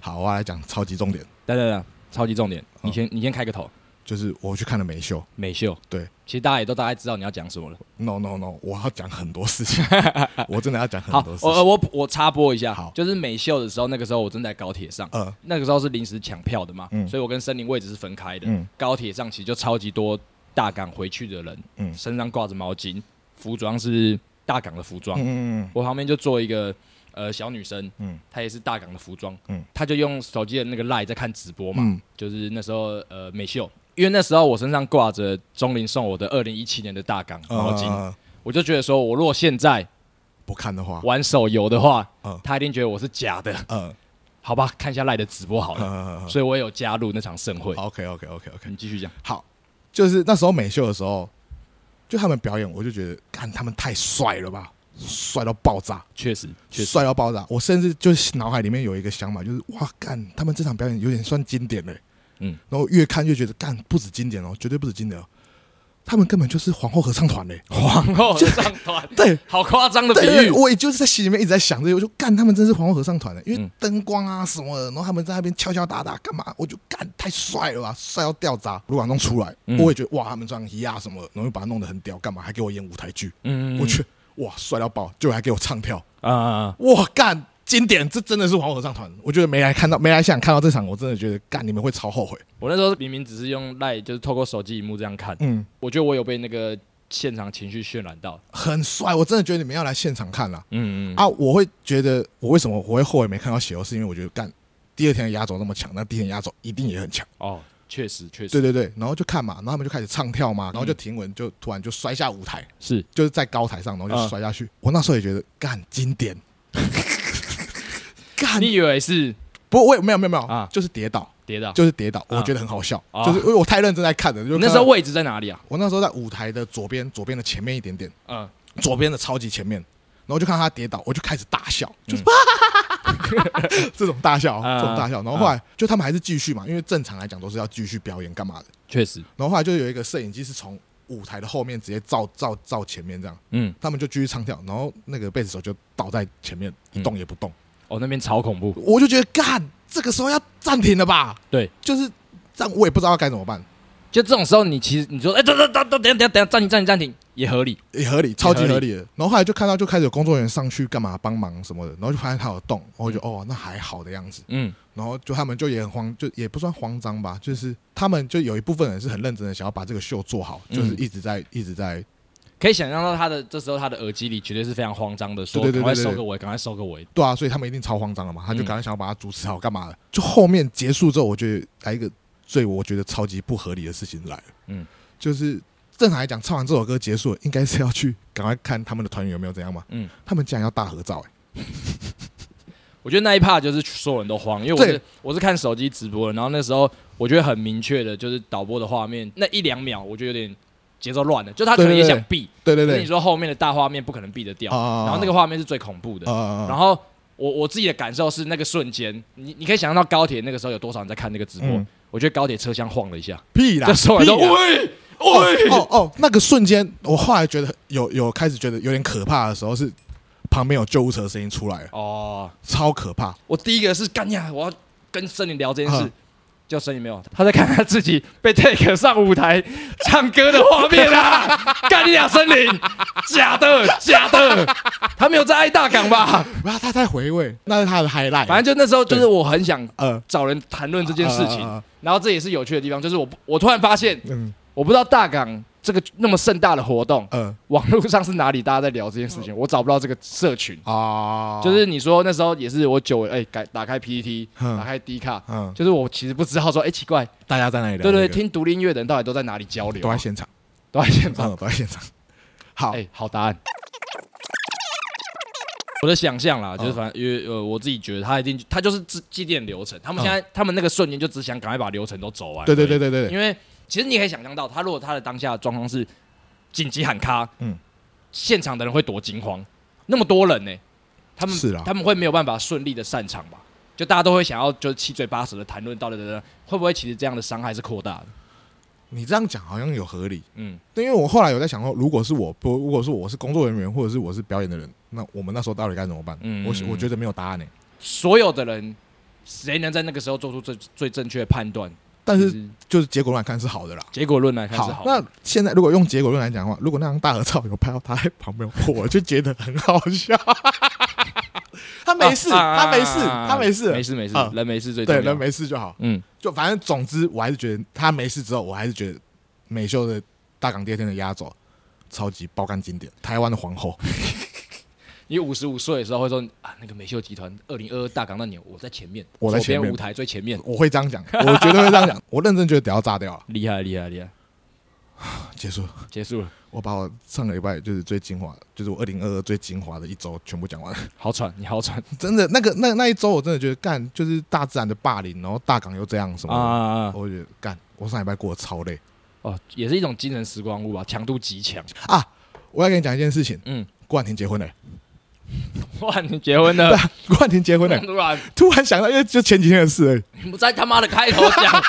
Speaker 2: 好，我要来讲超级重点，
Speaker 1: 等等等，超级重点，你先你先开个头，
Speaker 2: 就是我去看了美秀。
Speaker 1: 美秀。
Speaker 2: 对，
Speaker 1: 其实大家也都大概知道你要讲什么了。
Speaker 2: No No No，我要讲很多事情，我真的要讲很
Speaker 1: 好
Speaker 2: 多，事
Speaker 1: 我呃
Speaker 2: 情。
Speaker 1: 我我插播一下，
Speaker 2: 好
Speaker 1: 就是美秀的时候，那个时候我正在高铁上，
Speaker 2: 呃，
Speaker 1: 那个时候是临时抢票的嘛，
Speaker 2: 嗯
Speaker 1: 所以我跟森林位置是分开的。
Speaker 2: 嗯
Speaker 1: 高铁上其实就超级多大港回去的人，
Speaker 2: 嗯
Speaker 1: 身上挂着毛巾，服装是大港的服装，
Speaker 2: 嗯嗯
Speaker 1: 我旁边就坐一个呃小女生，
Speaker 2: 嗯
Speaker 1: 她也是大港的服装，
Speaker 2: 嗯
Speaker 1: 她就用手机的那个 line 在看直播嘛，
Speaker 2: 嗯
Speaker 1: 就是那时候呃美秀，因为那时候我身上挂着钟林送我的二零一七年的大港毛巾，
Speaker 2: 呃
Speaker 1: 我就觉得说我如果现在
Speaker 2: 不看的话，
Speaker 1: 玩手游的话，
Speaker 2: 嗯
Speaker 1: 她一定觉得我是假的，
Speaker 2: 嗯
Speaker 1: 好吧，看一下 line 的直播好了，
Speaker 2: 嗯
Speaker 1: 所以我也有加入那场盛会。
Speaker 2: ，OK OK OK OK，
Speaker 1: 你继续讲，
Speaker 2: 好，就是那时候美秀的时候，就他们表演，我就觉得，看他们太帅了吧，帅到爆炸，
Speaker 1: 确实确实，
Speaker 2: 帅到爆炸。我甚至就是脑海里面有一个想法，就是哇，干他们这场表演有点算经典嘞、
Speaker 1: 嗯，
Speaker 2: 然后越看越觉得，干不止经典哦，绝对不止经典哦，他们根本就是皇后合唱团嘞、
Speaker 1: <laughs>
Speaker 2: 欸
Speaker 1: 皇后合唱团，
Speaker 2: 对，
Speaker 1: 好夸张的比
Speaker 2: 对对，
Speaker 1: 喻
Speaker 2: 对，我也就是在心里面一直在想这些，我就干他们真是皇后合唱团的，欸因
Speaker 1: 嗯
Speaker 2: 为灯光啊什么的，然后他们在那边敲敲打打干嘛，我就干太帅了吧，帅到掉渣。卢广仲出来，
Speaker 1: 嗯
Speaker 2: 我也觉得哇，他们这样一啊什么的，然后又把它弄得很屌，干嘛还给我演舞台剧，
Speaker 1: 嗯，
Speaker 2: 我去哇帅到爆，就还给我唱跳，
Speaker 1: 啊啊，啊
Speaker 2: 哇干经典，这真的是皇后合唱团，我觉得没来看到没来想看到这场，我真的觉得干你们会超后悔，
Speaker 1: 我那时候明明只是用 line，就是透过手机荧幕这样看，
Speaker 2: 嗯，
Speaker 1: 我觉得我有被那个现场情绪渲染到。
Speaker 2: 很帅，我真的觉得你们要来现场看啦。
Speaker 1: 嗯嗯，
Speaker 2: 啊，我会觉得我为什么我会后悔没看到血肉，是因为我觉得干第二天的压轴那么强，那第一天压轴一定也很强。
Speaker 1: 哦，确实确实
Speaker 2: 对对对，然后就看嘛，然后他们就开始唱跳
Speaker 1: 嗯
Speaker 2: 嘛，然后就停稳，就突然就摔下舞台，
Speaker 1: 是
Speaker 2: 就是在高台上，然
Speaker 1: 啊
Speaker 2: 后就摔下去。我那时候也觉得干经典，干
Speaker 1: 你以为是
Speaker 2: 不，我也没有没有没有
Speaker 1: 啊
Speaker 2: 就是跌倒，
Speaker 1: 跌倒？
Speaker 2: 就是跌倒，
Speaker 1: 啊
Speaker 2: 我觉得很好笑，
Speaker 1: 啊
Speaker 2: 就是因为我太认真在看了，就
Speaker 1: 你
Speaker 2: 看
Speaker 1: 那
Speaker 2: 到
Speaker 1: 时候位置在哪里啊？
Speaker 2: 我那时候在舞台的左边，左边的前面一点点，
Speaker 1: 嗯，
Speaker 2: 左边的超级前面，然后就看他跌倒，我就开始大笑，就是 <laughs> 这种大笑，
Speaker 1: 啊
Speaker 2: 这种大笑。然后后来就他们还是继续嘛，因为正常来讲都是要继续表演干嘛的。
Speaker 1: 确实，
Speaker 2: 然后后来就有一个摄影机是从舞台的后面直接照照照前面这样，
Speaker 1: 嗯，
Speaker 2: 他们就继续唱跳，然后那个贝斯手就倒在前面一动也不动，
Speaker 1: 哦，那边超恐怖。
Speaker 2: 我就觉得干，这个时候要暂停了吧？
Speaker 1: 对，
Speaker 2: 就是这样，我也不知道该怎么办，
Speaker 1: 就这种时候，你其实你说，哎，等等等等等等等，暂停暂停暂停，也合理。
Speaker 2: 也合理，超级合理的。然后后来就看到就开始有工作人员上去干嘛帮忙什么的，然后就发现他有动，然后我就、哦那还好的样子。
Speaker 1: 嗯
Speaker 2: 然后就他们就也很慌，就也不算慌张吧，就是他们就有一部分人是很认真的想要把这个秀做好，
Speaker 1: 嗯
Speaker 2: 就是一直在一直在
Speaker 1: 可以想象到他的这时候他的耳机里绝对是非常慌张的，说
Speaker 2: 对对
Speaker 1: 赶
Speaker 2: 对
Speaker 1: 快
Speaker 2: 对对
Speaker 1: 收
Speaker 2: 对
Speaker 1: 个尾，赶快收个尾。
Speaker 2: 对啊，所以他们一定超慌张了嘛，他就
Speaker 1: 嗯
Speaker 2: 赶快想要把他阻止好，干嘛的？就后面结束之后，我觉得来一个最我觉得超级不合理的事情来了，
Speaker 1: 嗯
Speaker 2: 嗯，就是正常来讲，唱完这首歌结束了，应该是要去赶快看他们的团员有没有怎样嘛，
Speaker 1: 嗯
Speaker 2: 嗯，他们竟然要大合照、欸，
Speaker 1: 我觉得那一 part 就是所有人都慌，因为我
Speaker 2: 对
Speaker 1: 是我是看手机直播的，然后那时候我觉得很明确的就是导播的画面那一两秒，我觉得有点节奏乱了，就他可能也
Speaker 2: 对对对
Speaker 1: 想避，
Speaker 2: 对对
Speaker 1: 可是你
Speaker 2: 对，
Speaker 1: 说后面的大画面不可能避得掉，
Speaker 2: 啊
Speaker 1: 然后那个画面是最恐怖的。
Speaker 2: 啊
Speaker 1: 然
Speaker 2: 后
Speaker 1: 后我我自己的感受是那个瞬间，你你可以想象到高铁那个时候有多少人在看那个直播，
Speaker 2: 嗯
Speaker 1: 我觉得高铁车厢晃了一下，
Speaker 2: 屁啦，
Speaker 1: 就所有人都
Speaker 2: 屁啦
Speaker 1: 喂喂，
Speaker 2: 哦哦哦，那个瞬间，我后来觉得有有开始觉得有点可怕的时候是。旁边有救护车的声音出来了，
Speaker 1: 哦，
Speaker 2: 超可怕！
Speaker 1: 我第一个是干呀，我要跟森林聊这件事
Speaker 2: 嗯。
Speaker 1: 就森林没有，他在看他自己被 take 上舞台唱歌的画面
Speaker 2: <laughs>
Speaker 1: 啊！干你俩森林，假的假的，他没有在爱大港吧？
Speaker 2: 然后他在回味，那是他的 highlight。
Speaker 1: 反正就那时候，就是
Speaker 2: 对
Speaker 1: 我很想
Speaker 2: 呃，
Speaker 1: 找人谈论这件事情
Speaker 2: 啊啊啊啊，
Speaker 1: 然后这也是有趣的地方，就是我不我突然发现，
Speaker 2: 嗯
Speaker 1: 我不知道大港这个那么盛大的活动，
Speaker 2: 呃
Speaker 1: 网络上是哪里大家在聊这件事
Speaker 2: 哦
Speaker 1: 情，我找不到这个社群。
Speaker 2: 啊，
Speaker 1: 就是你说那时候也是我久违哎，改打开 PPT，
Speaker 2: 嗯
Speaker 1: 打开 D 卡，
Speaker 2: 嗯，
Speaker 1: 就是我其实不知道说哎奇怪，
Speaker 2: 大家在那里聊
Speaker 1: 对
Speaker 2: 这个、
Speaker 1: 对，听独立音乐的人到底都在哪里交流
Speaker 2: 都
Speaker 1: 啊
Speaker 2: 在？现场，
Speaker 1: 都在现场。
Speaker 2: 嗯，都在现场。好，
Speaker 1: 哎，好答案。我的想象
Speaker 2: 嗯
Speaker 1: 啦，就是反正因为呃，我自己觉得他一定他就是祭祭奠流程，他们现在他们那个瞬间就只想赶快把流程都走完。
Speaker 2: 嗯对对对对对对，
Speaker 1: 因为其实你可以想象到，他如果他的当下的状况是紧急喊卡，嗯
Speaker 2: 嗯，
Speaker 1: 现场的人会多惊慌，那么多人呢、他们
Speaker 2: 是啊
Speaker 1: 他们会没有办法顺利的散场吧？就大家都会想要就是七嘴八舌的谈论到底等等，会不会其实这样的伤害是扩大的？
Speaker 2: 你这样讲好像有合理，
Speaker 1: 嗯，
Speaker 2: 但因为我后来有在想说，如果是我不，如果是我是工作人员或者是我是表演的人，那我们那时候到底该怎么办？
Speaker 1: 嗯
Speaker 2: 我
Speaker 1: 嗯
Speaker 2: 我觉得没有答案呢、欸
Speaker 1: 所有的人谁能在那个时候做出最最正确的判断？
Speaker 2: 但
Speaker 1: 就是是
Speaker 2: 就是结果来看是好的啦。
Speaker 1: 结果论来看是好的。
Speaker 2: 那现在如果用结果论来讲的话，如果那张大合照有拍到他在旁
Speaker 1: <laughs>
Speaker 2: 边，我就觉得很好笑。他没事，
Speaker 1: 啊
Speaker 2: 他没事，
Speaker 1: 啊
Speaker 2: 他没
Speaker 1: 没
Speaker 2: 事，
Speaker 1: 事没事
Speaker 2: 啊，
Speaker 1: 人没事最重
Speaker 2: 对，
Speaker 1: 要。
Speaker 2: 人没事就好。
Speaker 1: 嗯，
Speaker 2: 就反正总之，我还是觉得他没事之后，我还是觉得美秀的大港第二天的压轴超级爆肝经典，台湾的皇后。
Speaker 1: 你五十五岁的时候会说啊，那个美秀集团二零二二大港那年，我在前面，
Speaker 2: 我在
Speaker 1: 左边
Speaker 2: 前面
Speaker 1: 舞台最前面，
Speaker 2: 我会这样讲，我绝对会
Speaker 1: <laughs>
Speaker 2: 这样讲，我认真觉得屌要炸掉了。
Speaker 1: 厉害厉害厉害，
Speaker 2: 结束，
Speaker 1: 结束了，
Speaker 2: 我把我上个礼拜就是最精华，就是我二零二二最精华的一周全部讲完了。
Speaker 1: 好喘，你好喘
Speaker 2: 真的，那个那那一周我真的觉得干，就是大自然的霸凌，然后大港又这样什么
Speaker 1: 啊
Speaker 2: 的，
Speaker 1: 啊！啊
Speaker 2: 我觉得干，我上礼拜过得超累
Speaker 1: 哦，也是一种精神时光屋吧，强度极强。 <laughs>
Speaker 2: 啊。我要跟你讲一件事情，
Speaker 1: 嗯，
Speaker 2: 郭婉婷结婚了、 <laughs>
Speaker 1: 哇，你结婚 <laughs> 了？
Speaker 2: 郭婉婷结婚了、
Speaker 1: 突然，
Speaker 2: 突然想到，因为就前几天的事而已。
Speaker 1: 你不在他妈的开头 <laughs> 讲，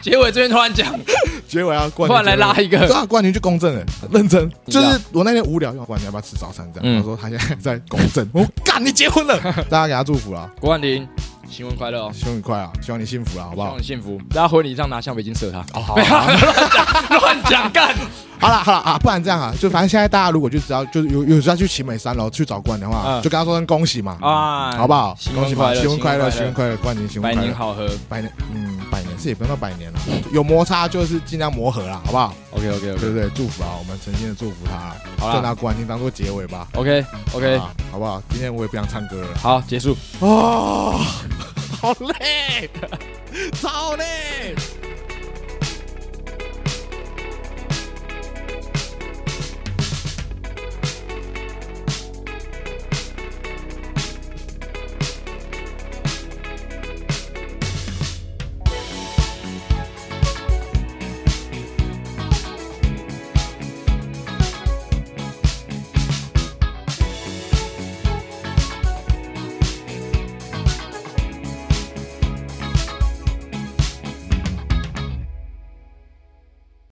Speaker 1: 结尾这边突然讲，
Speaker 2: 结尾要啊冠
Speaker 1: 突然来拉一个
Speaker 2: 对啊，冠军去公证了，认真。
Speaker 1: 你知
Speaker 2: 就
Speaker 1: 道
Speaker 2: 是我那天无聊，冠军要不要吃早餐这
Speaker 1: 嗯
Speaker 2: 样？他说他现在在公证，我干，你结婚了， <laughs> 大家给他祝福啦，
Speaker 1: 郭万林，新婚快乐哦，
Speaker 2: 希望你快啊，希望你幸福啦，好
Speaker 1: 希
Speaker 2: 不好
Speaker 1: 望？你幸福。大家婚礼上拿橡皮筋射他，
Speaker 2: 哦，好
Speaker 1: <laughs>
Speaker 2: 啊，好啊
Speaker 1: 乱讲干。
Speaker 2: 好啦，好啦啊，不然这样啊，就反正现在大家如果就只要就是有有时候要去奇美三楼去找冠的话，
Speaker 1: 嗯
Speaker 2: 就跟他说声恭喜嘛，
Speaker 1: 啊
Speaker 2: 好不好？
Speaker 1: 新
Speaker 2: 恭
Speaker 1: 婚
Speaker 2: 喜
Speaker 1: 快
Speaker 2: 嘛，
Speaker 1: 乐，
Speaker 2: 新婚快乐，新
Speaker 1: 新婚
Speaker 2: 婚
Speaker 1: 快
Speaker 2: 快乐，冠军新
Speaker 1: 百
Speaker 2: 婚快
Speaker 1: 年
Speaker 2: 乐，
Speaker 1: 好合。
Speaker 2: 百年，嗯，百年是也不用到百年了，有摩擦就是尽量磨合啦，好不好？
Speaker 1: OK OK
Speaker 2: 对
Speaker 1: OK
Speaker 2: 不对？祝福啊，我们诚心的祝福他啊，
Speaker 1: 好啦
Speaker 2: 就拿冠军当做结尾吧。
Speaker 1: OK OK，
Speaker 2: 好吧好不好？今天我也不想唱歌了
Speaker 1: 好，结 <laughs> 束。
Speaker 2: <laughs> 哦，好累，超累。